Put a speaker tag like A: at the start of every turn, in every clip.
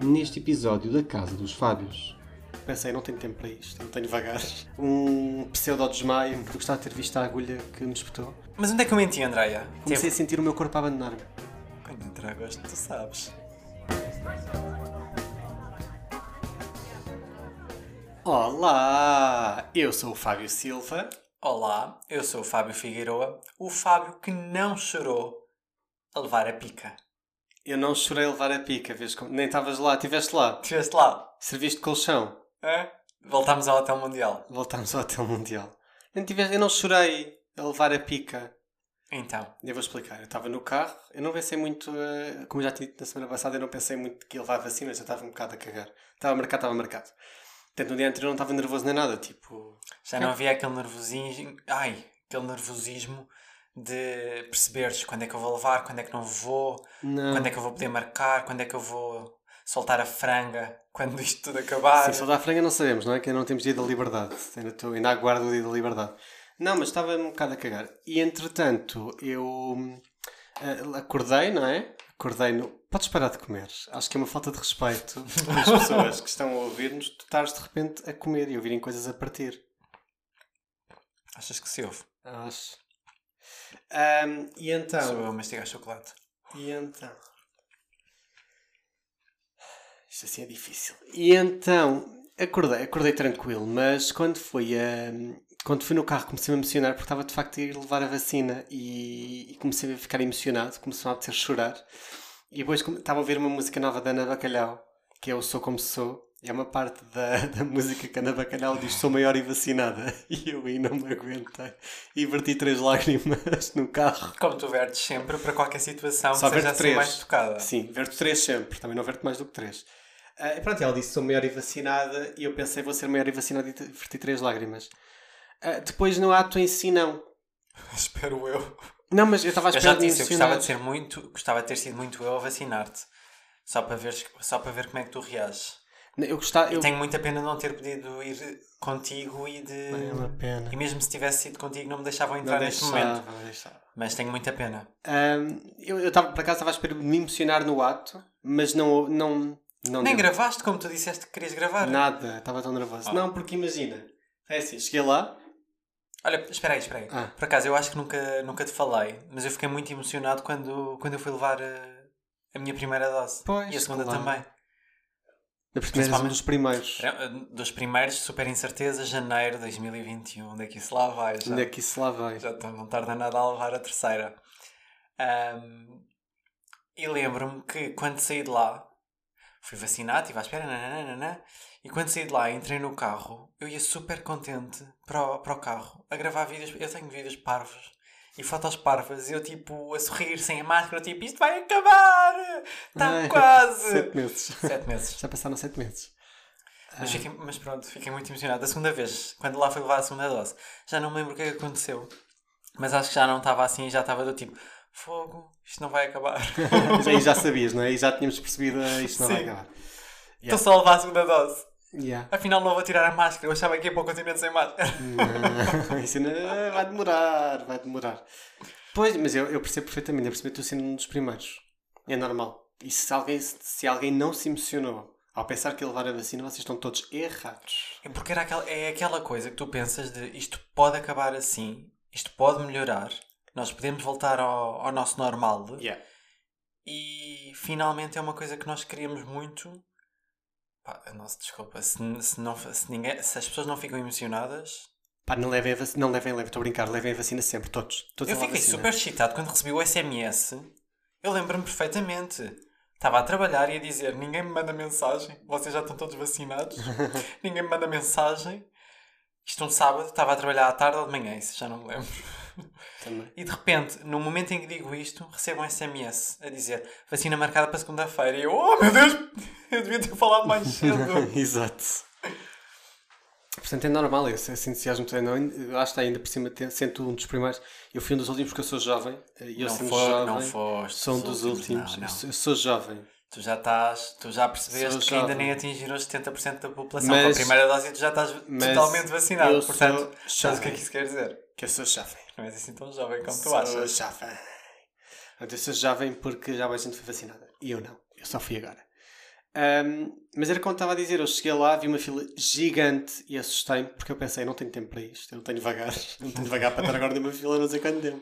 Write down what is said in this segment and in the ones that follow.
A: neste episódio da Casa dos Fábios.
B: Pensei, não tenho tempo para isto, não tenho vagares. Um pseudo-desmaio, porque gostava de ter visto a agulha que me espetou.
C: Mas onde é que eu menti, Andréia?
B: Comecei a sentir o meu corpo a abandonar-me.
C: Quando entrar gosto, tu sabes.
B: Olá! Eu sou o Fábio Silva.
C: Olá, eu sou o Fábio Figueiroa, o Fábio que não chorou a levar a pica.
B: Eu não chorei a levar a pica, vês como... Nem estavas lá, estiveste lá.
C: Estiveste lá,
B: Serviste colchão.
C: hã? Voltámos ao Hotel Mundial.
B: Voltámos ao hotel mundial. Nem tiveste... Eu não chorei a levar a pica.
C: Então,
B: Eu vou explicar. Eu estava no carro, eu não pensei muito, eh, como já tinha dito na semana passada, eu não pensei muito que ele levava assim, mas eu estava um bocado a cagar. Estava marcado, estava marcado. Portanto, no dia anterior não estava nervoso nem nada, tipo,
C: já não havia aquele nervosismo... Ai, aquele nervosismo de perceberes quando é que eu vou levar, quando é que não vou,
B: não.
C: quando é que eu vou poder marcar, quando é que eu vou soltar a franga, quando isto tudo acabar.
B: Sim, só da franga não sabemos, não é? Que ainda não temos dia da liberdade. Ainda, estou, ainda aguardo o dia da liberdade. Não, mas estava um bocado a cagar. E entretanto, eu hum, ah, acordei, não é? Acordei no. Podes parar de comer. Acho que é uma falta de respeito para as pessoas que estão a ouvir-nos. Tu estás de repente a comer e ouvirem coisas a partir.
C: Achas que se ouve?
B: Acho. Ahm, e então?
C: Sou eu a mastigar chocolate.
B: E então? Isto assim é difícil. E então, acordei, acordei tranquilo, mas quando foi ahm, Quando fui no carro comecei a emocionar porque estava de facto a ir levar a vacina e, e comecei a ficar emocionado, começou a apetecer chorar. E depois come- estava a ouvir uma música nova da Ana Bacalhau, que é o Sou Como Sou. É uma parte da, da música que a Ana Bacalhau diz Sou maior e vacinada. E eu aí não me aguentei. E verti três lágrimas no carro.
C: Como tu verdes sempre, para qualquer situação
B: Só
C: que
B: verte
C: seja assim
B: três.
C: mais tocada.
B: Sim, verto 3 sempre, também não verto mais do que 3. e pronto, ela disse sou maior e vacinada, e eu pensei vou ser maior e vacinada e te- verti três lágrimas. Ah, depois no ato em si, não.
C: Espero eu.
B: Não, mas eu estava à
C: Eu já
B: espera
C: te
B: de um me
C: disse, eu gostava
B: emocionar.
C: de ser muito, gostava de ter sido muito eu a vacinar-te. Só para ver, só para ver como é que tu reages.
B: Não, Eu gostava. Eu...
C: Tenho muita pena de não ter podido ir contigo e de.
B: É uma pena.
C: E mesmo se tivesse ido contigo, não me deixavam entrar
B: Não
C: neste
B: deixava,
C: momento.
B: não deixava.
C: Mas tenho muita pena.
B: Ahm, eu eu estava, por acaso, estava à espera de me emocionar no ato, mas não. não, não
C: Nem
B: deu.
C: gravaste como tu disseste que querias gravar.
B: Nada, estava tão nervoso.
C: Ah.
B: Não, porque imagina. É assim, cheguei lá.
C: Olha, espera aí, espera aí.
B: Ah.
C: Por acaso, eu acho que nunca, nunca te falei, mas eu fiquei muito emocionado quando, quando eu fui levar eh, a, minha primeira dose.
B: Pois,
C: e a segunda
B: claro.
C: também.
B: Eu percebi um
C: Principalmente-
B: dos primeiros.
C: Era, eh, Dos primeiros, super incerteza, janeiro de 2021. Onde é que isso lá vai? Já,
B: Onde é que isso lá vai?
C: já tô- não tarda nada a levar a terceira. Ahm, e lembro-me que quando saí de lá, fui vacinado, estive à espera, nananana, e quando saí de lá, entrei no carro, eu ia super contente para o, para o carro, a gravar vídeos, eu tenho vídeos parvos. E fotos parvas, e eu tipo a sorrir sem a máscara, eu, tipo, isto vai acabar! Está
B: Ai,
C: quase!
B: é? Sete meses.
C: Sete meses.
B: Já passaram sete meses.
C: Mas, fiquei- mas pronto, fiquei muito emocionado. Da segunda vez, quando lá fui levar a segunda dose, já não me lembro o que é que aconteceu. Mas acho que já não estava assim, já estava do tipo: fogo, isto não vai acabar.
B: Mas aí já sabias, não é? Aí já tínhamos percebido ah, isto não vai
C: Sim.
B: acabar.
C: Estou só a levar a segunda dose.
B: Yeah.
C: Afinal, não vou tirar a máscara. Eu achava que ia para o continente sem máscara.
B: Não, isso não, vai demorar, vai demorar. Pois, mas eu, eu percebo perfeitamente, eu percebi tu sendo um dos primeiros. É normal. E se alguém, se alguém não se emocionou ao pensar que ia levar a vacina, vocês estão todos errados.
C: É porque era aquela, é aquela coisa que tu pensas de isto pode acabar assim, isto pode melhorar, nós podemos voltar ao, ao nosso normal.
B: Yeah.
C: E finalmente é uma coisa que nós queríamos muito. Pá, nossa, desculpa, se, se não, se, ninguém, se as pessoas não ficam emocionadas.
B: Pá, não levem a vacina, não levem, levem, estou a brincar, levem a vacina sempre, todos. todos a
C: Eu
B: levar
C: fiquei
B: vacina.
C: super excitado quando recebi o SMS. Eu lembro-me perfeitamente. Estava a trabalhar e a dizer: ninguém me manda mensagem, vocês já estão todos vacinados, ninguém me manda mensagem. Isto um sábado, estava a trabalhar à tarde ou de manhã, isso já não me lembro.
B: Também.
C: E de repente, no momento em que digo isto, recebo um SMS a dizer vacina marcada para segunda-feira. E eu, oh meu Deus, eu devia ter falado mais cedo.
B: Exato. Portanto, é normal esse, esse entusiasmo todo. Não, lá está, ainda por cima, ten- sendo um dos primeiros. Eu fui um dos últimos porque eu sou jovem. E eu
C: não,
B: sendo
C: fo-
B: jovem,
C: não foste.
B: sou um
C: os
B: dos últimos.
C: não, não.
B: Eu sou jovem.
C: Tu já estás, tu já
B: Sou
C: percebeste que ainda
B: jovem.
C: nem atingiram os 70% da população.
B: Mas-
C: Com a primeira dose tu já estás
B: mas
C: totalmente
B: eu
C: vacinado.
B: sou
C: Portanto, sabes o que é
B: jovem.
C: que isso quer dizer?
B: Que eu sou jovem.
C: Não és assim tão jovem como tu
B: sou
C: achas.
B: jovem. Portanto, eu sou jovem porque já a gente foi vacinada. E eu não. Eu só fui agora. Ahm, mas era como estava a dizer, eu cheguei lá, vi uma fila gigante e assustei-me, porque eu pensei, não tenho tempo para isto, eu não tenho vagar, não tenho vagar para estar agora numa fila, não sei quanto tempo.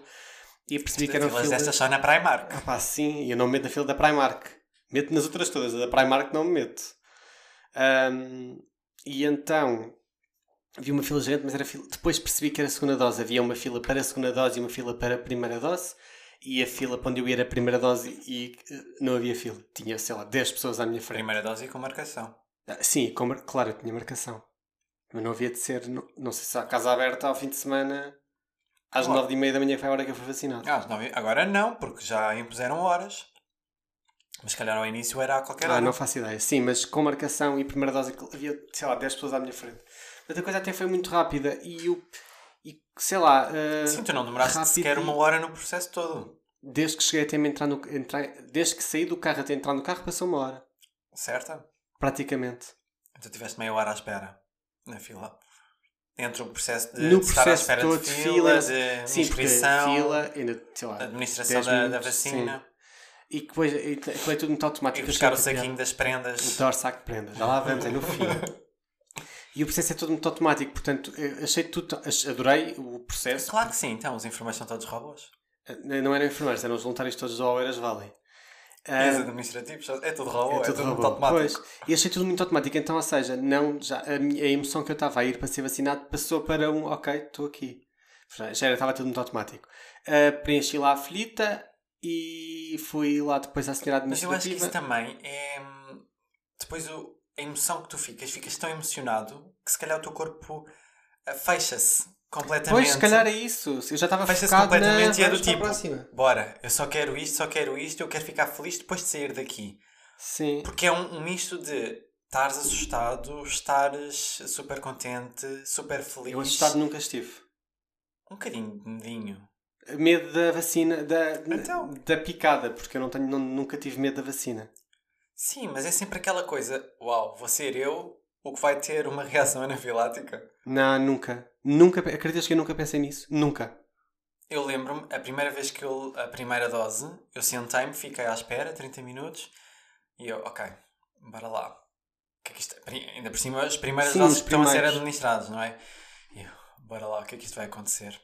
B: E percebi que era uma
C: Filas
B: fila...
C: destas só na Primark.
B: Ah pá, sim, e eu não me meto na fila da Primark. Meto nas outras todas, a da Primark não me meto. Ahm, e então, vi uma fila gigante, mas era fila... Depois percebi que era a segunda dose. Havia uma fila para a segunda dose e uma fila para a primeira dose. E a fila para onde eu ia era a primeira dose e eh, não havia fila. Tinha, sei lá, 10 pessoas à minha frente.
C: Primeira dose e com marcação.
B: Ah, Sim, com mar- claro, eu tinha marcação. Mas não havia de ser, não, não sei se a casa aberta ao fim de semana, às
C: Oh.
B: nove e meia da manhã, que foi a hora que eu fui vacinado.
C: Ah, não, agora não, porque já impuseram horas. Mas se calhar ao início era a qualquer
B: Ah,
C: hora.
B: não faço ideia. Sim, mas com marcação e primeira dose havia, sei lá, 10 pessoas à minha frente. Mas a coisa até foi muito rápida e o. E, sei lá. ah,
C: Sim, tu não demoraste
B: Rápido.
C: sequer uma hora no processo todo.
B: Desde que cheguei até me entrar no. Entrar, desde que saí do carro até entrar no carro passou uma hora.
C: Certo?
B: Praticamente.
C: Então tiveste meia hora à espera, na fila. Entre o processo de,
B: No
C: de estar à
B: processo
C: espera
B: todo
C: de
B: de
C: fila,
B: filas,
C: de
B: Sim, porque a
C: É, inscrição,
B: fila, ainda, sei lá.
C: administração
B: 10
C: da, da
B: minutos,
C: vacina,
B: E depois e foi tudo Então, muito
C: e
B: automático. Eu
C: buscar o
B: cheguei a
C: saquinho das prendas.
B: Adoro um saco de prenda. Já lá vamos, é no fim. E o processo é todo muito automático, portanto, eu achei tudo. tão- ach- Adorei o processo.
C: Claro que sim, então, os informes são todos robôs.
B: Não eram enfermeiros, eram os voluntários todos do Oeiras Valley. Ah,
C: É administrativos, é tudo robô, é, tudo,
B: robô.
C: muito automático.
B: Então tá Pois, e achei tudo muito automático, então, ou seja, não, já, a, minha- a emoção que eu estava a ir para ser vacinado passou para um, ok, estou aqui. Já, já era, estava tudo muito automático. Ah, preenchi lá a filita e fui lá depois à senhora
C: Mas eu
B: administrativa.
C: acho que isso também é. hum, Depois o- a emoção que tu ficas, ficas tão emocionado que se calhar o teu corpo ah, fecha-se completamente.
B: Pois, se calhar é isso. Eu já estava
C: assim. Fecha-se
B: focado na...
C: completamente e é do
B: vamos para a
C: tipo,
B: Próxima.
C: Bora, eu só quero isto, só quero isto, eu quero ficar feliz depois de sair daqui.
B: Sim.
C: Porque é um, um misto de estares assustado, estares super contente, super feliz.
B: Eu assustado nunca estive.
C: Um bocadinho de medinho.
B: Medo da vacina, da,
C: Então.
B: da picada, porque eu não tenho, não- nunca tive medo da vacina.
C: Sim, mas é sempre aquela coisa, uau, vou ser eu o que vai ter uma reação anafilática.
B: Não, nunca. Nunca, acreditas que eu nunca pensei nisso? Nunca.
C: Eu lembro-me, a primeira vez que eu, a primeira dose, eu sentei-me, fiquei à espera 30 minutos e eu, ok, bora lá. O que é que isto- pri- ainda por cima, as primeiras
B: Sim,
C: doses
B: os
C: estão a ser
B: primeiros.
C: administradas, não é? E eu, bora lá, o que é que isto vai acontecer?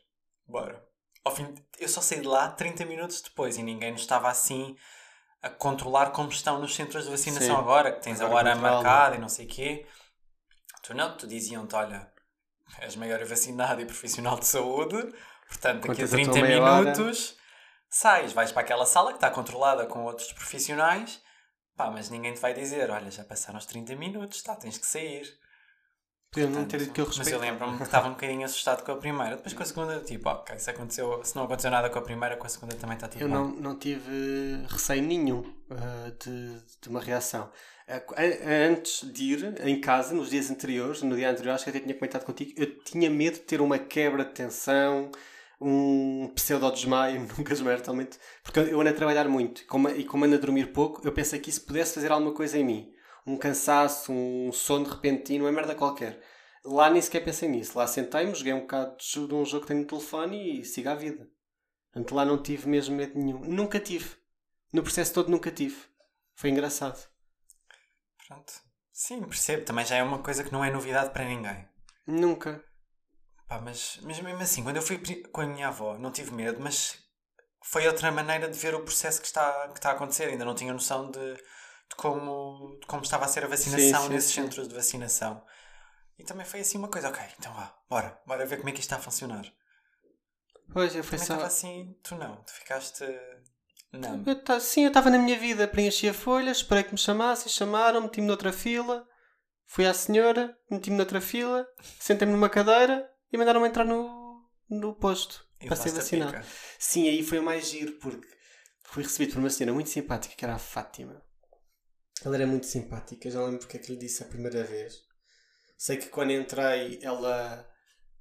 C: Bora. Ao fim, de- eu só saí de lá 30 minutos depois e ninguém nos estava assim a controlar como estão nos centros de vacinação
B: Sim.
C: agora, que tens
B: Agora
C: a hora
B: controlam.
C: marcada e não sei o quê. Tu não, tu diziam-te, olha, és maior vacinado e profissional de saúde, portanto, daqui a
B: Contas a tua
C: 30
B: meia hora.
C: minutos sais, vais para aquela sala que está controlada com outros profissionais, pá, mas ninguém te vai dizer, olha, já passaram os 30 minutos, tá, tens que sair.
B: Podiam não ter dito que eu
C: Mas eu
B: respeito.
C: lembro-me que estava um bocadinho assustado com a primeira, depois com a segunda, eu tipo, ok, se, aconteceu, se não aconteceu nada com a primeira, com a segunda também está tudo
B: Eu
C: bem.
B: não, não tive eh, receio nenhum ah, de, de uma reação. Ah, co- a- Antes de ir, em casa, nos dias anteriores, no dia anterior, acho que até tinha comentado contigo, eu tinha medo de ter uma quebra de tensão, um pseudo-desmaio, nunca desmaio totalmente, porque eu ando a trabalhar muito como- e como ando a dormir pouco, eu pensei que isso pudesse fazer alguma coisa em mim. Um cansaço, um sono repentino, uma merda qualquer. Lá nem sequer pensei nisso. Lá sentei-me, joguei um bocado de jo- de um jogo que tenho no telefone e siga a vida. Portanto, lá não tive mesmo medo nenhum. Nunca tive. No processo todo nunca tive. Foi engraçado.
C: Pronto. Sim, percebo, também já é uma coisa que não é novidade para ninguém.
B: Nunca.
C: Pá, mas, mas mesmo assim, quando eu fui pri- com a minha avó, não tive medo, mas foi outra maneira de ver o processo que está, que está a acontecer. Ainda não tinha noção de, de, como, de como estava a ser a vacinação
B: Sim, sim,
C: nesses
B: sim.
C: centros de vacinação. E também foi assim uma coisa, ok, então vá, bora, bora ver como é que isto está a funcionar.
B: Pois, eu fui
C: Também assim.
B: só.
C: estava assim, tu não, tu ficaste. Não.
B: Eu ta- Sim, eu estava na minha vida. Preenchi a folha, esperei que me chamassem, chamaram, meti-me noutra fila. Fui à senhora, meti-me noutra fila, sentei-me numa cadeira e mandaram-me entrar no, no posto
C: E
B: para ser
C: levaste a
B: vacinado.
C: pica.
B: Sim, aí foi o mais giro, porque fui recebido por uma senhora muito simpática, que era a Fátima. Ela era muito simpática, eu já não lembro porque é que lhe disse a primeira vez. Sei que quando entrei, ela.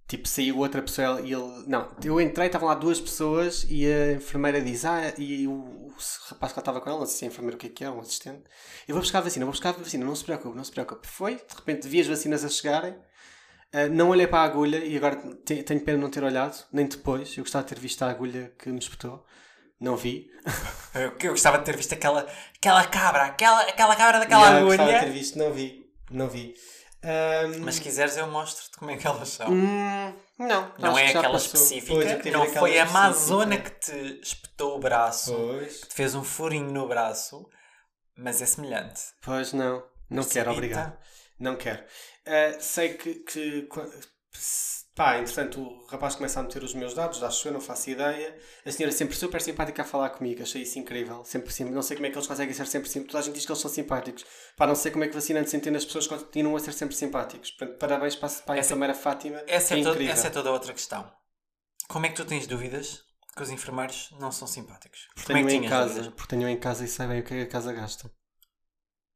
B: Tipo, saiu outra pessoa e ele. Não, eu entrei, estavam lá duas pessoas e a enfermeira diz: Ah, e o, o rapaz que ela estava com ela, não sei se é enfermeiro o que é que é, um assistente, eu vou buscar a vacina, vou buscar a vacina, não se preocupe, não se preocupe. Foi, de repente vi as vacinas a chegarem, Uh, não olhei para a agulha e agora te- tenho pena de não ter olhado, nem depois. Eu gostava de ter visto a agulha que me espetou. Não vi.
C: Eu, eu gostava de ter visto aquela, aquela cabra, aquela, aquela cabra daquela
B: Yeah,
C: agulha.
B: gostava de ter visto, não vi. Não vi. Ahm,
C: Mas se quiseres eu mostro-te como é que elas são.
B: hum, não.
C: não
B: acho
C: é
B: que já
C: aquela
B: passou.
C: específica,
B: Pois, eu tive
C: não
B: aquela
C: foi a
B: específica.
C: Amazona que te espetou o braço,
B: Pois.
C: que te fez um furinho no braço, mas é semelhante.
B: Pois não. Não quero,
C: Percebita?
B: obrigado. Não quero. Ah, sei que, que. qua- Pá, entretanto, o rapaz começa a meter os meus dados, acho eu, não faço ideia. A senhora é sempre super simpática a falar comigo, achei isso incrível. Sempre simpática. Não sei como é que eles conseguem ser sempre simpáticos. Toda a gente diz que eles são simpáticos. Pá, não sei como é que vacinantes entendem as pessoas que continuam a ser sempre simpáticos. Portanto, parabéns para, a- para a
C: Essa-
B: enfermeira Fátima.
C: Essa é,
B: é
C: toda-
B: incrível.
C: essa é toda outra questão. Como é que tu tens dúvidas que os enfermeiros não são simpáticos? Como é
B: Tenho
C: que
B: em
C: tinhas
B: casa,
C: dúvidas?
B: porque tenho em casa e sabem o que é que a casa gasta.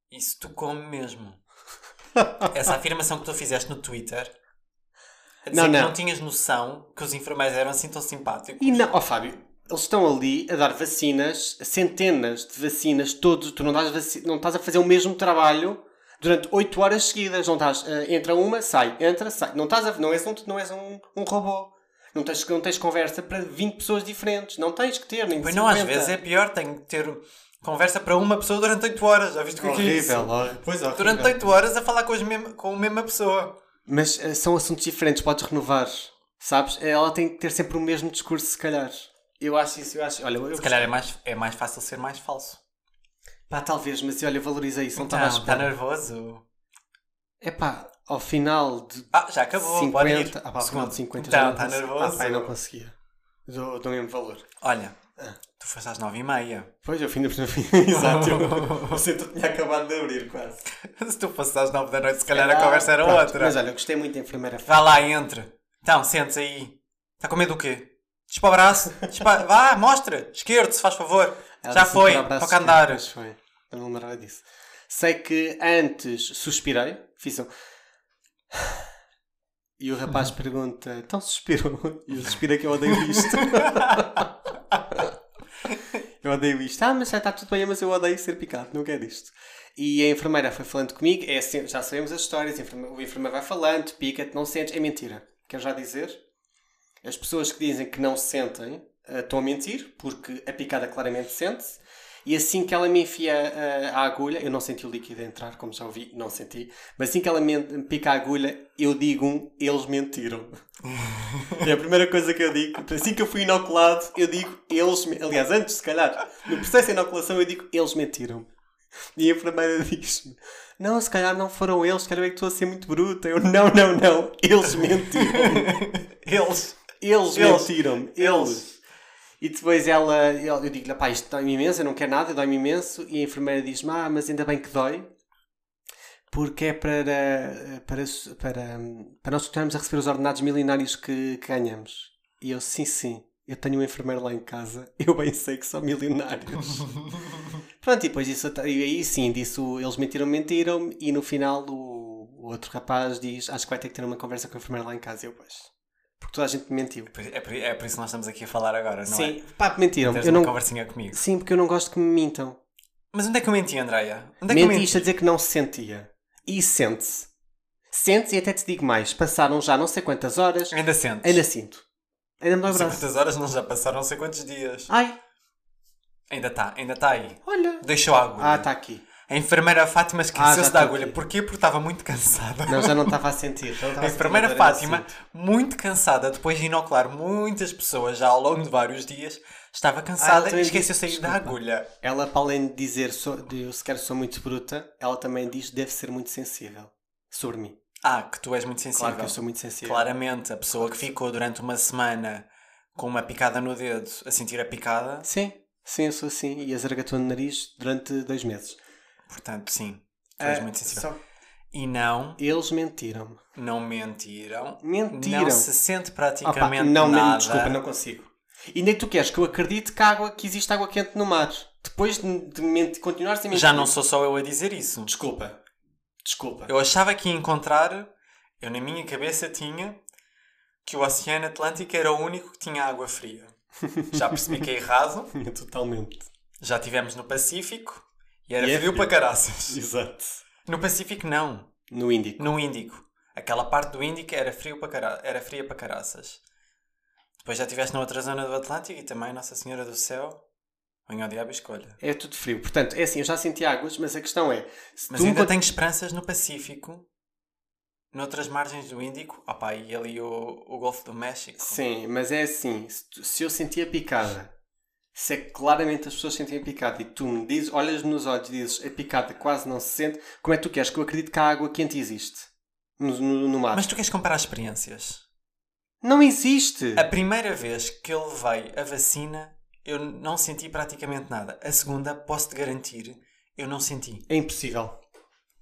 C: Isso tu come mesmo. Essa afirmação que tu fizeste no Twitter a dizer
B: Não,
C: que
B: não.
C: não tinhas noção que os enfermeiros eram assim tão simpáticos.
B: E não, ó Fábio, eles estão ali a dar vacinas, centenas de vacinas, todos, tu não, dás vaci- não estás a fazer o mesmo trabalho durante 8 horas seguidas, não estás, eh, entra uma, sai, entra, sai, não estás a, não és um, não és um, um robô, não tens, não tens conversa para 20 pessoas diferentes, não tens que ter nem
C: Pois não, às
B: 50.
C: vezes é pior, tenho que ter conversa para uma pessoa durante 8 horas. Já viste o que é que é isso?
B: horrível, hor- pois horrível.
C: Durante 8 horas a falar com, as mesma- com a mesma pessoa.
B: Mas eh, são assuntos diferentes, podes renovar, sabes? Eh, Ela tem que ter sempre o mesmo discurso, se calhar. Eu acho isso, eu acho. Olha, eu
C: Se calhar é mais, é mais fácil ser mais falso.
B: Pá, talvez, mas olha, valoriza isso, não estava a
C: Então, está
B: esperar.
C: nervoso.
B: Epá, ao final de
C: Ah, já acabou, pode ir.
B: 50. Ah, pá, ao final de 50 já
C: Então,
B: não
C: está
B: consegui-
C: nervoso.
B: Ah, pá, eu não conseguia. Do, do mesmo valor.
C: Olha, tu foste às 9h30.
B: Pois, eu fim do Exato. Eu, eu sinto que tinha acabado de abrir quase.
C: Se tu fosses às 9 da noite, se calhar a
B: Ah,
C: conversa era
B: pronto,
C: outra.
B: Mas olha, eu gostei muito da enfermeira.
C: Vá lá, entre. Então, sente-se aí. Está com medo do quê? Despa o braço. Despa... Vá, mostra. Esquerdo, se faz favor.
B: Ela
C: já
B: disse-me
C: foi.
B: para o braço
C: Toca
B: esquerdo,
C: andar.
B: Mas foi. Eu não me lembrava disso. Sei que antes suspirei, fiz um. E o rapaz pergunta: então suspirou? E eu suspiro é que eu odeio isto. eu odeio isto. Ah, mas já está tudo bem, mas eu odeio ser picado, não quero isto. E a enfermeira foi falando comigo, é assim, já sabemos as histórias, a enferme- o enfermeiro vai falando, pica-te, não sentes, é mentira. Quero já dizer, as pessoas que dizem que não sentem eh, estão a mentir, porque a picada claramente sente-se. E assim que ela me enfia eh, a agulha, eu não senti o líquido a entrar, como já ouvi, não senti, mas assim que ela me me pica a agulha, eu digo um, eles mentiram. é a primeira coisa que eu digo. Assim que eu fui inoculado, eu digo, eles. me- Aliás, antes, se calhar, no processo de inoculação, eu digo, eles mentiram. E a enfermeira diz-me: Não, se calhar não foram eles, se calhar eu é que estou a ser muito bruta. Eu, não, não, não, eles mentiram.
C: Eles.
B: Eles,
C: Eles.
B: mentiram-me. Eles. E depois ela, eu, eu digo-lhe, pá, isto dói-me imenso, eu não quero nada, dói-me imenso. E a enfermeira diz-me, ah, mas ainda bem que dói, porque é para, para, para, para nós estarmos a receber os ordenados milionários que, que ganhamos. E eu, sim, sim, eu tenho um enfermeiro lá em casa, eu bem sei que são milionários. Pronto, e depois isso, e aí sim, disse o- eles mentiram, mentiram, e no final o, o outro rapaz diz, acho que vai ter que ter uma conversa com o enfermeiro lá em casa, e eu, pois, porque toda a gente mentiu.
C: Por- É por, é por isso que nós estamos aqui a falar agora, não é?
B: Sim, pá, mentiram.
C: Teres
B: Eu
C: uma
B: não...
C: conversinha comigo.
B: Sim, porque eu não gosto que me mintam.
C: Mas onde é que eu menti, Andréia? Onde é que eu menti?
B: Mentiste a dizer que não se sentia. E sente-se. Sente-se e até te digo mais. Passaram já não sei quantas horas,
C: Ainda sentes.
B: ainda sinto. Ainda me dói o braço.
C: 50 horas É. não já passaram não sei quantos dias.
B: Ai,
C: Ainda está, ainda está aí.
B: olha.
C: Deixou a agulha.
B: Ah, está aqui.
C: A enfermeira Fátima
B: Ah,
C: esqueceu-se
B: já
C: da
B: tá
C: agulha.
B: aqui.
C: Porquê? Porque estava muito cansada.
B: Não, já não estava a sentir. já não estava
C: A
B: sentir é assim.
C: enfermeira
B: dor, ainda
C: Fátima,
B: sinto.
C: muito cansada depois de inocular muitas pessoas já ao longo de vários dias, estava cansada
B: então
C: e
B: eu
C: esqueceu-se
B: disse-
C: aí da
B: desculpa.
C: agulha.
B: Ela, para além de dizer sou, de eu sequer sou muito bruta, ela também diz deve ser muito sensível. Sobre mim.
C: Ah, que tu és muito sensível.
B: Claro que eu sou muito sensível.
C: Claramente, a pessoa que ficou durante uma semana com uma picada no dedo a sentir a picada,
B: Sim, sim, eu sou assim. E a zaragatua no nariz durante dois meses.
C: portanto, sim, tu és
B: Ah,
C: muito sensível.
B: só-
C: E não,
B: Eles mentiram.
C: não mentiram.
B: Mentiram.
C: Não se sente
B: Ah pá,
C: praticamente
B: não,
C: nada.
B: não, desculpa, não consigo. E nem tu queres que eu acredite que, a água, que existe água quente no mar. Depois de, de menti- continuares a mentir.
C: Já não sou só eu a dizer isso.
B: Desculpa. Desculpa.
C: Eu achava que ia encontrar, eu na minha cabeça tinha que o Oceano Atlântico era o único que tinha água fria. Já percebi que é errado,
B: Totalmente.
C: já tivemos no Pacífico e era
B: E é
C: frio para caraças.
B: Exato.
C: No Pacífico não,
B: No Índico.
C: no Índico. Aquela parte do Índico era, frio para cara... era fria para caraças. Depois já estiveste na outra zona do Atlântico e também Nossa Senhora do Céu. Venha ao diabo e escolha.
B: É tudo frio. Portanto, é assim, eu já senti águas, mas a questão é. Se
C: Mas
B: tu me
C: ainda
B: cont-
C: tenho esperanças no Pacífico, noutras margens do Índico, opá, e ali o, o Golfo do México.
B: Sim, mas é assim, se, tu- se eu sentia picada, se é que claramente as pessoas sentiam picada e tu me dizes, olhas nos olhos e dizes a picada quase não se sente, como é que tu queres que eu acredite que a água quente existe no, no, no mar?
C: Mas tu queres comparar experiências?
B: Não existe!
C: A primeira vez que eu levei a vacina, eu não senti praticamente nada. A segunda, posso-te garantir, eu não senti.
B: É impossível.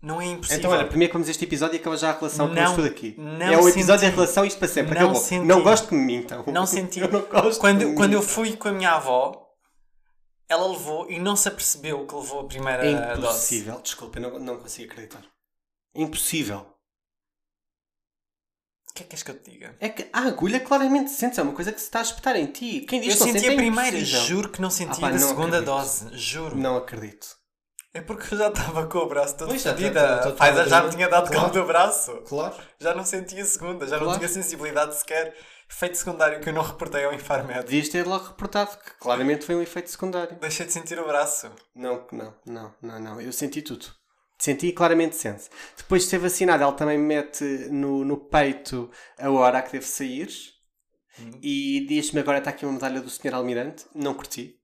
C: Não é impossível.
B: Então, olha, primeiro vamos este episódio e acaba já a relação que
C: Não,
B: temos tudo aqui.
C: não
B: é o episódio da
C: senti.
B: relação isto para sempre.
C: Não
B: Acabou.
C: senti.
B: Não gosto que me mintam.
C: Não senti.
B: Eu não gosto que
C: quando,
B: me
C: quando eu
B: mintam.
C: fui com a minha avó, ela levou e não se apercebeu que levou a primeira
B: É
C: dose.
B: impossível. Desculpa, eu não, não consigo acreditar. É impossível.
C: O que é que és que eu te diga?
B: É que a agulha claramente sente é uma coisa que se está a espetar em ti. Quem diz
C: Eu
B: que não
C: senti
B: sente
C: a
B: é
C: primeira,
B: impossível.
C: juro que não senti
B: Ah pá,
C: a da
B: não
C: segunda
B: acredito.
C: dose, juro.
B: Não acredito.
C: É porque eu já estava com o braço todo
A: Pois, já
C: fedida.
A: tá- tá- tá-
C: Pfizer
A: tá-
C: já
A: tá-
C: me tinha dado
A: claro.
C: cabo do braço.
A: Claro.
C: Já não sentia a segunda, já não
B: Claro.
C: tinha sensibilidade sequer. Efeito secundário que eu não reportei ao Infarmed.
B: Devias ter logo reportado que claramente foi um efeito secundário.
C: Deixei de sentir o braço.
B: Não, não, não, não, não. Eu senti tudo. Senti e claramente sente. Depois de ser vacinada, ela também mete no, no peito a hora que deve sair. E diz-me agora está aqui uma medalha do Sr. Almirante. Não curti.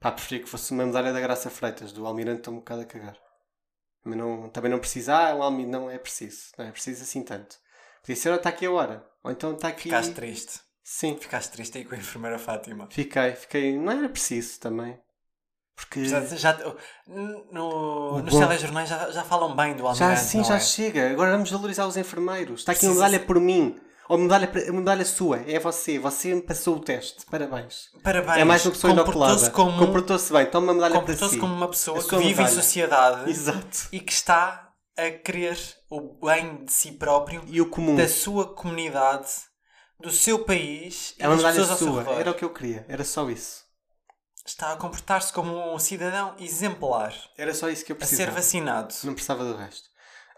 B: Pá, preferi que fosse uma medalha da Graça Freitas, do Almirante estou um bocado a cagar. Também não, também não precisa. Ah, o Almirante não é preciso. Não é preciso assim tanto. Podia ser, olha, está aqui a hora. Ou então está aqui.
C: Ficaste triste.
B: Sim,
C: Ficaste triste aí com a enfermeira Fátima.
B: fiquei, fiquei. Não era preciso também. Porque.
C: Já, já- no-
B: O
C: nos
B: bom-
C: telejornais já, já falam bem do
B: Já
C: Almirante,
B: sim,
C: não
B: já
C: é?
B: chega. Agora vamos valorizar os enfermeiros. Está aqui uma
C: Precisa
B: medalha por mim. Ou uma medalha, pra- uma medalha sua. É você. Você me passou o teste. Parabéns.
C: Parabéns.
B: é mais uma pessoa
C: comportou-se
B: inoculada. assim.
C: como, um-
B: Comportou-se bem. Toma uma medalha para
C: comportou-se
B: si.
C: como um- uma pessoa
B: A
C: que
B: sua
C: vive em
B: medalha.
C: sociedade
B: Exato.
C: e que está a querer o bem de si próprio,
B: E o comum.
C: da sua comunidade, do seu país e
B: É uma
C: das
B: medalha
C: pessoas ao seu
B: sua.
C: redor.
B: Era o que eu queria. Era só isso.
C: Está a comportar-se como um cidadão exemplar,
B: Era só isso que eu
C: a ser
B: precisava.
C: vacinado.
B: Não precisava do resto.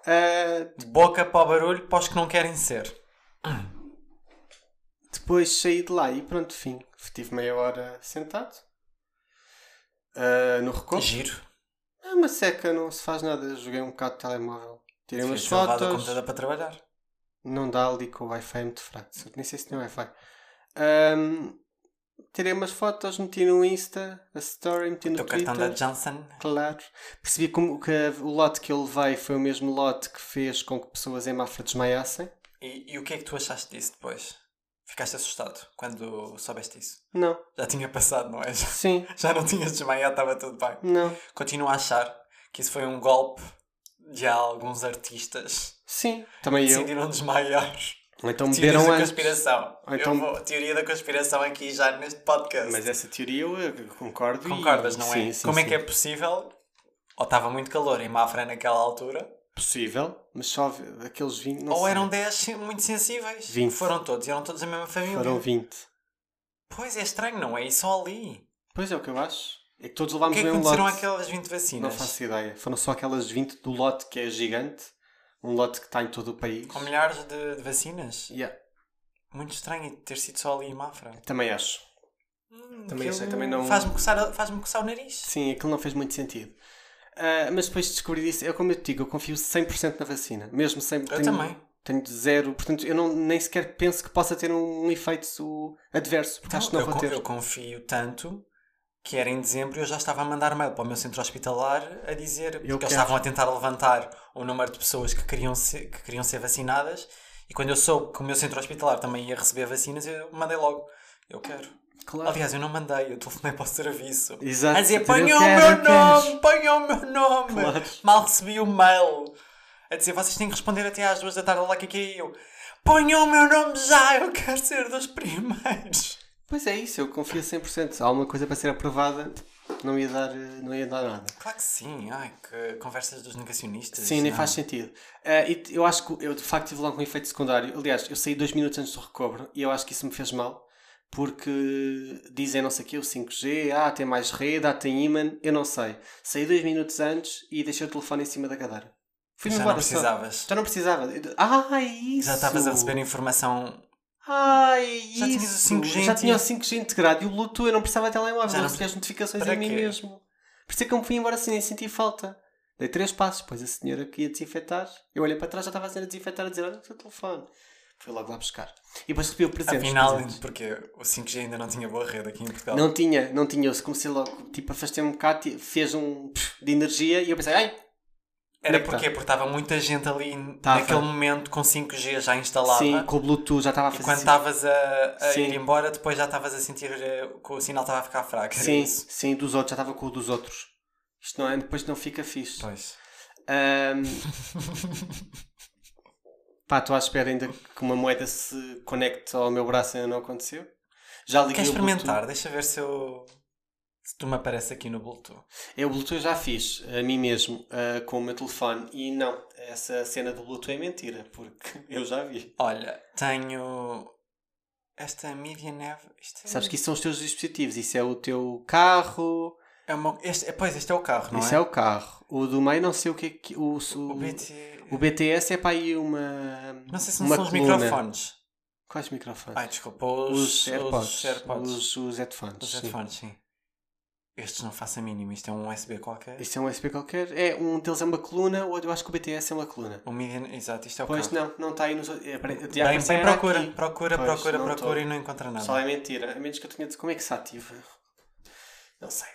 B: Ah,
C: De boca para o barulho para os que não querem ser.
B: depois saí de lá e pronto, fim. Estive meia hora sentado. Ah, no recopo.
C: Giro.
B: É uma seca, não se faz nada. Joguei um bocado de telemóvel. Tirei umas
C: Devias ter levado a
B: fotos.
C: computadora para trabalhar.
B: Não dá ali com o Wi-Fi é muito fraco. só- Nem sei se tem Wi-Fi. Ahm, tirei umas fotos, meti no Insta, a story, meti
C: O
B: no
C: teu
B: Twitter.
C: cartão da Johnson.
B: Claro. Percebi como que a- o lote que eu levei foi o mesmo lote que fez com que pessoas em Mafra desmaiassem.
C: E, e o que é que tu achaste disso depois? Ficaste assustado quando soubeste isso?
B: Não.
C: Já tinha passado, não é? Já,
B: Sim.
C: já não tinhas desmaiado, estava tudo bem.
B: Não.
C: Continuo a achar que isso foi um golpe de alguns artistas
B: Sim. Também
C: que
B: eu.
C: decidiram desmaiar.
B: Ou então
C: Teoria da
B: beberam antes.
C: conspiração.
B: Ou então-
C: Eu vou, teoria da conspiração aqui já neste podcast.
B: Mas essa teoria eu eh, concordo. e-
C: Concordas, não é?
B: Sim, sim,
C: Como é
B: sim.
C: que é possível? Ou estava muito calor em Mafra naquela altura,
B: possível? Mas só vi- aqueles 20. Não
C: ou
B: sei.
C: eram 10 sen- muito sensíveis.
B: Vinte.
C: Foram todos, eram todos a mesma família.
B: Foram 20.
C: Pois é estranho, não é? E só ali.
B: Pois é o que eu acho. É que todos
C: O
B: levámos
C: que é que
B: bem um
C: aconteceram
B: lote.
C: àquelas 20
B: Não
C: vacinas?
B: faço ideia. Foram só aquelas 20 do lote que é gigante. Um lote que está em todo o país.
C: Com milhares de, de vacinas?
B: Yeah,
C: Muito estranho ter sido só ali em Mafra.
B: Também acho. Também
C: Aquilo
B: sei, também não-
C: Faz-me coçar, faz coçar o nariz.
B: Sim, aquilo não fez muito sentido. Ah, mas depois descobri isso. É como eu te digo, eu confio 100% na vacina. Mesmo sem.
C: Eu também.
B: Tenho de zero. Portanto, eu não, nem sequer penso que possa ter um, efeito su- adverso. Porque acho que não
C: eu,
B: vou
C: con-
B: ter.
C: eu confio tanto que era em dezembro e eu já estava a mandar mail para o meu centro hospitalar a dizer porque
B: quero.
C: eles estavam a tentar levantar o número de pessoas que queriam, ser, que queriam ser vacinadas e quando eu soube que o meu centro hospitalar também ia receber vacinas, eu mandei logo. Eu quero.
B: Claro.
C: Aliás, eu não mandei, eu telefonei para o serviço.
B: Exato,
C: A
B: dizer,
C: dizer,
B: eu
C: ponham o
B: quero,
C: meu
B: eu quero."
C: nome, ponham o meu nome.
B: Claro.
C: Mal recebi o mail. A dizer, vocês têm que responder até às duas da tarde, lá que aqui eu. Ponham o meu nome já, eu quero ser dos primeiros.
B: Pois é isso, eu confio 100%. Há alguma coisa para ser aprovada, não ia dar, eh, não ia dar nada.
C: Claro que sim, ai, que conversas dos negacionistas.
B: Sim, nem
C: não.
B: faz sentido. Ah, e t- eu acho que eu de facto tive logo um efeito secundário. Aliás, eu saí dois minutos antes do recobro e eu acho que isso me fez mal. Porque dizem não sei o que, o 5G, ah, tem mais rede, ah, tem imã, eu não sei. Saí dois minutos antes e deixei o telefone em cima da cadeira. Fui-me
C: Já
B: embora
C: não
B: só.
C: precisavas.
B: Já não precisava. Eu- Ah, é isso!
C: Já estavas a receber informação
B: Ai,
C: Já tinhas
B: isso.
C: o 5G
B: Já
C: em ti.
B: tinha assim o 5G integrado e o Bluetooth. Eu não precisava de telemóvel,
C: Já
B: eu
C: não
B: recebia as notificações
C: Para
B: em mim
C: quê?
B: mesmo. Por isso é que eu me fui embora assim, nem senti falta. Dei três passos, pois a senhora que ia desinfetar. Eu olhei para trás, já estava a senhora a desinfetar, a dizer: Olha o teu telefone. Fui logo lá buscar. E depois recebi o presente. os
C: Afinal,
B: presentes.
C: porque o 5G ainda não tinha boa rede aqui em Portugal.
B: Não tinha, não tinha. Eu comecei logo, tipo, afastei-me um bocado, ti- fez um pff de energia e eu pensei: Ai,
C: Era
B: Onde é que
C: porque, porque estava muita gente ali
B: Tava.
C: naquele momento com 5G já instalado.
B: sim, com o Bluetooth já estava a
C: E
B: fazer.
C: quando tá estavas a, a
B: Sim.
C: ir embora, depois já estavas a sentir eh, que o sinal estava a ficar fraco. era
B: Sim,
C: isso?
B: sim, dos outros, já estava com o dos outros. Isto não é, depois não fica fixe.
C: Pois.
B: Ahm. Pá, estou à espera ainda que uma moeda se conecte ao meu braço, ainda não aconteceu. Já liguei
C: Quer
B: o Bluetooth.
C: experimentar? Deixa ver se eu. Se tu me aparece aqui no Bluetooth.
B: Eu É, o Bluetooth já fiz, a mim mesmo, ah, com o meu telefone. E não, essa cena do Bluetooth é mentira, porque eu já vi.
C: Olha, tenho. Esta Media Neve. Isto é...
B: Sabes que isso são os teus dispositivos, isso é o teu carro,
C: é uma... este... é, Pois, este é o carro, não
B: isso é? o carro. O do meio não sei o que é que... O, o,
C: O BT.
B: o BTS é para aí uma...
C: Não sei se não
B: uma
C: são os
B: coluna.
C: microfones.
B: Quais microfones?
C: Ai, desculpa, os,
B: os
C: os
B: AirPods. Os,
C: AirPods.
B: Os, headphones.
C: Os
B: sim.
C: headphones, sim. Estes não faço a mínima, isto é um USB qualquer.
B: Isto é um USB qualquer. É, um deles é uma coluna, o outro eu acho que o BTS é uma coluna.
C: O Media... Exato, isto é o
B: Pois
C: carro.
B: não, não está aí nos outros. é, pare- devia
C: Bem,
B: aparecer
C: bem, procura,
B: aqui.
C: procura,
B: Pois,
C: procura,
B: não
C: procura
B: tô.
C: e não encontra nada.
B: Só é mentira, a menos que eu tenha de como é que se ativa. Não sei.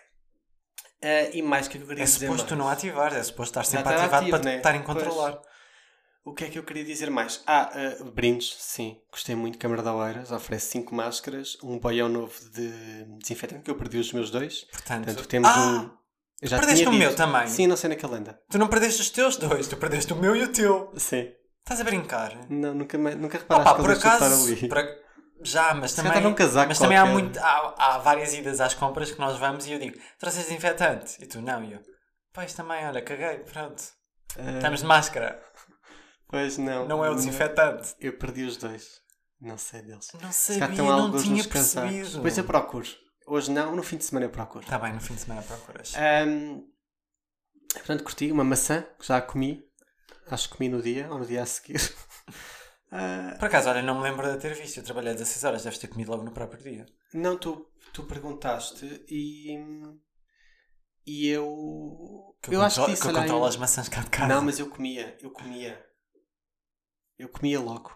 B: Ah, e mais o que é que eu queria
C: É
B: dizer.
C: suposto tu
B: mais?
C: não ativar, é suposto estar sempre
B: estava
C: ativado
B: ativo,
C: para
B: né?
C: te estarem a
B: Pois.
C: controlar.
B: O que é que eu queria dizer mais? Ah, ah, brindes, sim. Gostei muito. Câmara da Oeiras oferece 5 máscaras, um boião novo de desinfetante, que eu perdi os meus dois.
C: Portanto,
B: Portanto, temos
C: ah,
B: um. Eu já
C: perdeste
B: tinha
C: o meu
B: dito.
C: também.
B: Sim, não sei é na calenda.
C: Tu não perdeste os teus dois, tu perdeste o meu e o teu.
B: Sim.
C: Estás a brincar?
B: Não, nunca, me- nunca reparaste
C: Opa,
B: que
C: por
B: eles acaso,
C: acaso.
B: ali.
C: por- Já, mas
B: calhar
C: também.
B: estava um casaco
C: mas também há,
B: qualquer.
C: muito, há, há várias idas às compras que nós vamos e eu digo: trouxeste desinfetante? E tu não, e eu. Pois também, olha, caguei, pronto.
B: Ah,
C: Estamos de máscara.
B: Pois não.
C: Não é o desinfetante.
B: Eu perdi os dois. Não sei deles.
C: Não
B: Se
C: sabia,
B: calhar estão
C: não
B: alguns
C: tinha
B: nos é, casacos.
C: percebido. Tá.
B: Depois eu procuro. Hoje não, no fim de semana eu procuro.
C: Está bem, no fim de semana procuras.
B: Eh, Ahm, portanto, curti uma maçã que já comi. Acho que comi no dia ou no dia a seguir. Ah,
C: Por acaso, olha, não me lembro de ter visto. Eu trabalhei 16 horas, deves ter comido logo no próprio dia.
B: não, tu, tu perguntaste e. E eu.
C: Que eu, contro- que eu
B: olha,
C: controlo
B: eu-
C: as maçãs cá de casa.
B: Não, mas eu comia, eu comia. Eu comia logo.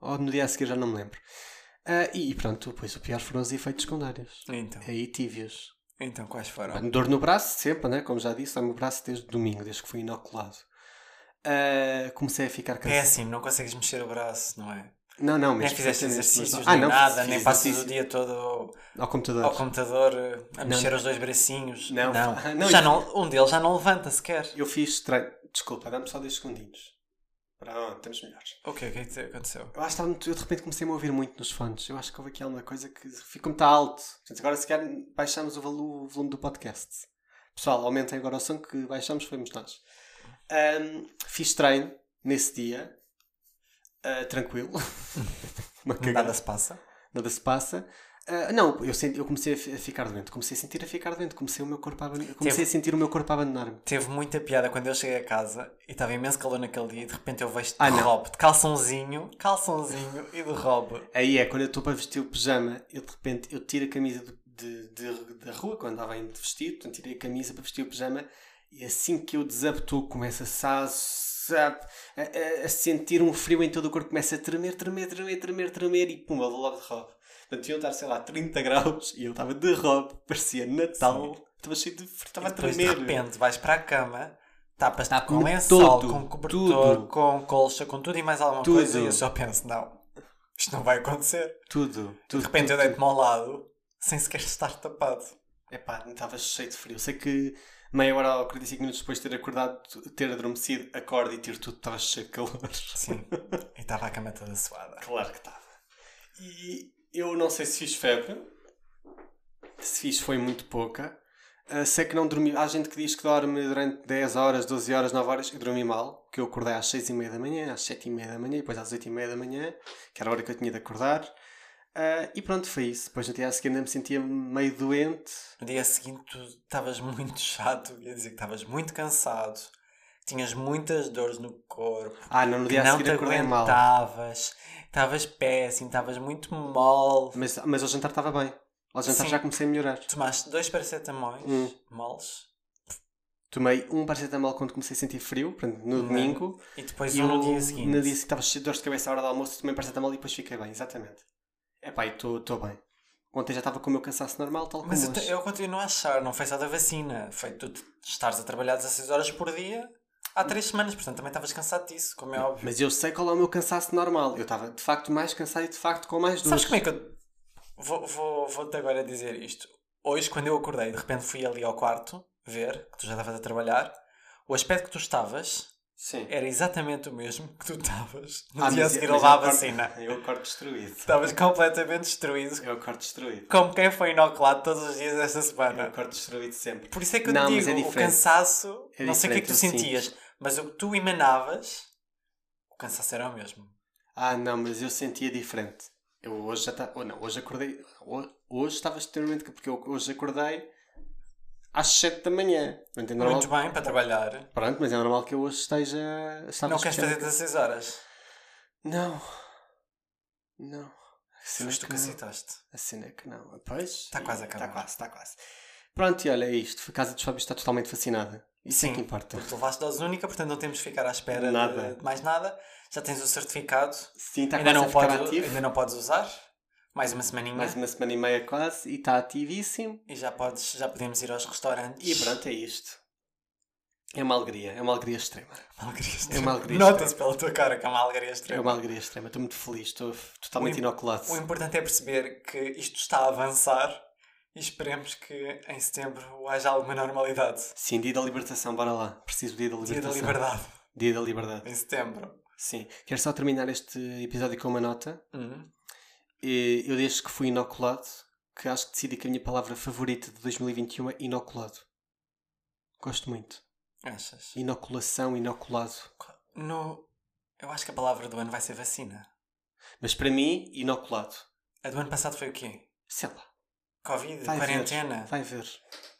B: Ou no dia a seguir já não me lembro. Ah, e e pronto, pois o pior foram os efeitos secundários.
C: Então,
B: Aí tíbios. Ah,
C: então quais foram?
B: Dor no braço, sempre, né? Como já disse, dá-me o braço desde domingo, desde que fui inoculado. Ah, comecei a ficar cansado.
C: Péssimo, É assim, não consegues mexer o braço, não é?
B: Não, não, mas.
C: nem fizeste
B: mas-
C: exercícios,
B: ah,
C: nem
B: não,
C: nada,
B: fiz
C: nem passas o
B: exercício
C: dia todo
B: Ao computador.
C: ao computador eh, a
B: Não.
C: mexer os dois bracinhos.
B: Não.
C: Não,
B: Não,
C: já
B: eu-
C: não um deles já não levanta sequer.
B: Eu fiz treino. Desculpa, dá-me só 10 segundinhos. Pronto, estamos melhores.
C: O que é que é que aconteceu?
B: Eu acho que estava muito- eu de repente comecei a me ouvir muito nos fones. Eu acho que houve aqui alguma coisa que ficou muito alto. Portanto, agora se calhar baixamos o, valu- o volume do podcast. Pessoal, aumentem agora o som que baixamos, fomos nós. Ahm, fiz treino nesse dia. Ah, tranquilo. Uma cagada.
C: Nada se passa.
B: Nada se passa. Ah, não, eu, senti- eu comecei a, fi- a ficar doente. Comecei a sentir a ficar doente. Comecei, o meu corpo a aban- comecei a sentir o meu corpo a abandonar-me.
C: Teve muita piada quando eu cheguei a casa e estava imenso calor naquele dia e de repente eu vejo-te
B: Ah,
C: de
B: não.
C: robe, de calçãozinho, calçãozinho e de robe.
B: Aí é, quando eu estou para vestir o pijama, eu de repente eu tiro a camisa do- de, de- da rua, quando andava indo de vestido, portanto tirei a camisa para vestir o pijama, e assim que eu desabtuo, começa-se a, a, a- a sentir um frio em todo o corpo, começa a tremer, tremer, tremer, tremer, tremer, e pumba, vou logo de robe. Portanto, iam estar, sei lá, 30 graus, e eu estava de robe, parecia Natal, estava cheio de frio, estava
C: E
B: a
C: depois,
B: tremer.
C: de repente vais para a cama, tapas te com
B: com
C: lençol,
B: tudo,
C: com cobertor,
B: tudo.
C: com colcha, com tudo e mais alguma
B: Tudo.
C: coisa e eu só penso, não, isto não vai acontecer.
B: Tudo, tudo.
C: De repente eu deito-me ao lado, sem sequer estar tapado.
B: Epá, estava cheio de frio. Sei que meia hora ou 45 minutos depois de ter acordado, ter adormecido, acordo e tiro tudo, estava cheio de calor.
C: Sim, e estava a cama toda suada.
B: Claro que estava. E eu não sei se fiz febre. Se fiz foi muito pouca. Ah, sei que não dormi. Há gente que diz que dorme durante 10 horas, 12 horas, 9 horas. Eu dormi mal, porque eu acordei às 6 e meia da manhã, às 7 e meia da manhã, e depois às 8 e meia da manhã, que era a hora que eu tinha de acordar. Ah, e pronto, foi isso. Depois no dia a seguir ainda me sentia meio doente.
C: No dia seguinte tu estavas muito chato, ia dizer que estavas muito cansado, tinhas muitas dores no corpo,
B: Ah, não, no
C: que
B: dia a
C: não
B: seguir
C: te
B: acordei mal.
C: aguentavas, estavas péssimo, estavas muito mole.
B: Mas, mas ao jantar estava bem. Ao jantar
C: Sim.
B: já comecei a melhorar.
C: Tomaste dois paracetamóis
B: Hum.
C: moles
B: Tomei um paracetamol quando comecei a sentir frio, portanto, no
C: Hum.
B: domingo.
C: e depois
B: E
C: um
B: eu,
C: no dia seguinte.
B: No dia seguinte estava cheio de dores de cabeça à hora do almoço, tomei paracetamol e depois fiquei bem, exatamente. Epá, e estou bem. Ontem já estava com o meu cansaço normal, tal como
C: Mas eu, te-
B: hoje.
C: eu continuo a achar, não foi só da vacina, foi tu te- estares a trabalhar 16 horas por dia
B: Hum.
C: há 3 semanas, portanto também estavas cansado disso, como é óbvio.
B: Mas eu sei qual é o meu cansaço normal. Eu estava de facto mais cansado e de facto com mais dores.
C: Sabes como é que eu. Vou- vou- Vou-te agora dizer isto. Hoje, quando eu acordei, de repente fui ali ao quarto ver que tu já estavas a trabalhar, o aspecto que tu estavas
B: Sim.
C: era exatamente o mesmo que tu estavas é? no
B: Ah,
C: dia a
B: mas-
C: seguir a
B: mas
C: levar a
B: eu acordo-
C: vacina.
B: Eu acordo destruído.
C: Estavas completamente destruído,
B: Eu acordo destruído.
C: como quem foi inoculado todos os dias esta semana.
B: acordo destruído sempre.
C: Por isso é que eu
B: Não,
C: te
B: mas
C: digo,
B: é
C: o
B: diferente.
C: cansaço,
B: É
C: não sei o que é que
B: diferente,
C: tu
B: eu sinto.
C: sentias, mas o que tu emanavas, o cansaço era o mesmo.
B: Ah, não, mas eu sentia diferente. Eu hoje já estava. Ou não, hoje acordei. ho- Hoje estava extremamente. Porque eu hoje acordei às 7 da manhã. Não tem normal.
C: Muito bem para trabalhar.
B: Pronto, mas é normal que eu hoje esteja. estava
C: não queres fazer
B: especialmente-
C: 16 horas.
B: Não. Não. A cena
C: Mas
B: é
C: tu
B: que não.
C: cacitaste.
B: A cena é que não. Pois.
C: Tá quase a acabar.
B: Está quase, está quase. Pronto, e olha, é isto. A casa dos Fábio está totalmente fascinada. Isso é
C: Sim.
B: que importa.
C: Porque Tipo, tu levaste dose única, portanto não temos que ficar à espera
B: Nada.
C: De, de mais nada. Já tens o certificado.
B: Sim, está
C: ainda,
B: Tá quase
C: não
B: a ficar
C: podes,
B: ativo.
C: ainda não né? podes usar. Mais uma semaninha.
B: Mais uma semana e meia quase e está ativíssimo.
C: E já, podes, já podemos ir aos restaurantes.
B: E pronto, é isto. É uma alegria, é uma alegria extrema.
C: Uma alegria
B: É uma alegria
C: extrema. Nota-se pela tua cara que é uma alegria
B: É
C: extrema.
B: uma alegria extrema, estou muito feliz, estou f- totalmente
C: O im-
B: inoculado.
C: O importante é perceber que isto está a avançar e esperemos que em setembro haja alguma normalidade.
B: Sim, dia da libertação, bora lá. Preciso do dia da
C: Dia da
B: libertação.
C: liberdade,
B: Dia da liberdade.
C: em setembro.
B: Sim. Quero só terminar este episódio com uma nota.
C: Uhum.
B: Eh, Eu desde que fui inoculado, que acho que decidi que a minha palavra favorita de 2021 é inoculado. Gosto muito.
C: Achas?
B: Inoculação, inoculado.
C: No... Eu acho que a palavra do ano vai ser vacina.
B: Mas para mim, inoculado.
C: A do ano passado foi o quê?
B: Sei lá.
C: Covid?
B: Vai
C: quarentena?
B: ver. Vai ver.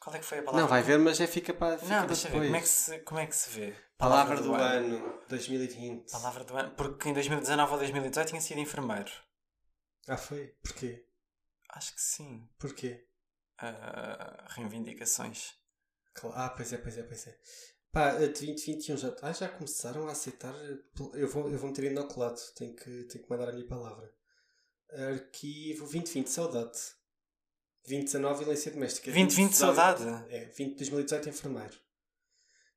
C: Qual é que foi a palavra?
B: Não, vai
C: do-
B: ver, mas é fica para. Fica
C: Não,
B: para
C: deixa
B: depois.
C: ver. Como é, que se, como é que se vê?
B: Palavra do ano 2020.
C: Palavra do ano. Porque em 2019 ou 2018 tinha sido enfermeiro.
A: Ah, foi? Porquê?
C: Acho que sim.
A: Porquê?
C: Ah, reivindicações.
A: Ah, pois é, pois é, pois é. Pá, a de 2021 já, ah, já começaram a aceitar. eh, pl- Eu vou, eu vou meter inoculado, tenho que, tenho que mandar a minha palavra. Arquivo 2020, saudade. 2019, violência
B: é
A: doméstica.
C: 2020,
A: 2019
C: saudade.
A: É, 20, 2018 enfermeiro.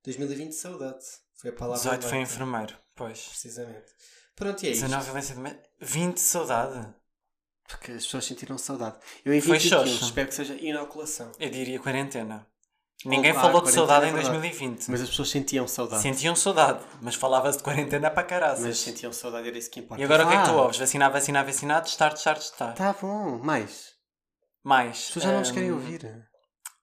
A: 2020 saudade. Foi a palavra.
C: 18 foi
A: eleita,
C: enfermeiro, pois.
A: Precisamente. Pronto, e é isto.
C: 19 violência doméstica. 20 saudade.
B: Porque as pessoas sentiram saudade. Eu em
C: Foi
B: 21,
C: xoxo.
B: espero que seja inoculação.
C: Eu diria quarentena. Ninguém
B: Ah,
C: falou de
B: quarentena
C: saudade
B: é
C: em
B: verdade.
C: 2020.
B: Mas as pessoas sentiam saudade.
C: Sentiam saudade, mas falava-se de quarentena para caraças.
B: Mas sentiam saudade, era isso que importa.
C: E agora o que é que tu
B: Vá.
C: ouves? Vacinar, vacinar, vacinar, testar, testar, testar.
B: Ah, Tá bom, mais.
C: Mais.
B: As pessoas já não nos
C: hum,
B: querem ouvir.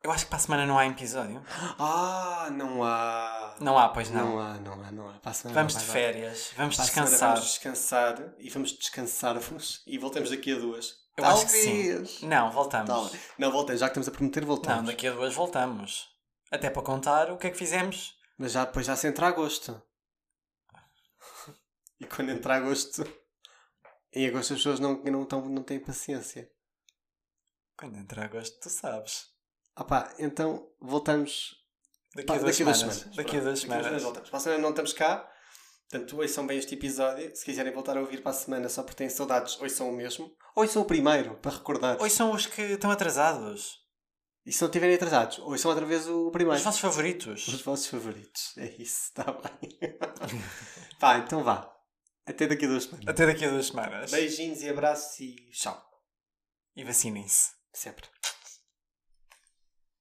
C: Eu acho que para a semana não há episódio.
B: Ah, não há.
C: Não há, pois não.
B: Não há, não há, não há. Para a semana
C: Vamos
B: não
C: de
B: vai dar.
C: férias, vamos
B: Para a semana
C: descansar.
B: Vamos descansar e vamos descansar-vos e voltamos daqui a duas.
C: Eu acho que sim.
B: Talvez.
C: Não, voltamos.
B: Tal- Não, voltamos, já que estamos a prometer, Tá voltamos.
C: Não, daqui a duas voltamos. Até para contar o que é que fizemos.
B: Mas já depois já se entra agosto. E quando entra agosto. Em agosto as pessoas não, não, tão, não têm paciência.
C: Quando entrar agosto, tu sabes.
B: Ah pá, então voltamos
C: Daqui
B: pá,
C: a duas
B: daqui a duas
C: semanas.
B: semanas.
C: Daqui a
B: Pronto,
C: duas semanas.
B: voltamos. Para a semana não estamos cá. Portanto, ouçam bem este episódio. Se quiserem voltar a ouvir para a semana só porque têm saudades, ouçam o mesmo. Ouçam o primeiro, para recordar.
C: Hoje são os que estão atrasados.
B: E se não estiverem atrasados, ouçam outra vez o primeiro.
C: Os vossos favoritos.
B: Os vossos favoritos. É isso, está bem. Pá, então vá. Até daqui a duas semanas.
C: Até daqui a duas semanas.
B: Beijinhos e abraços e tchau.
C: E vacinem-se.
B: Sempre.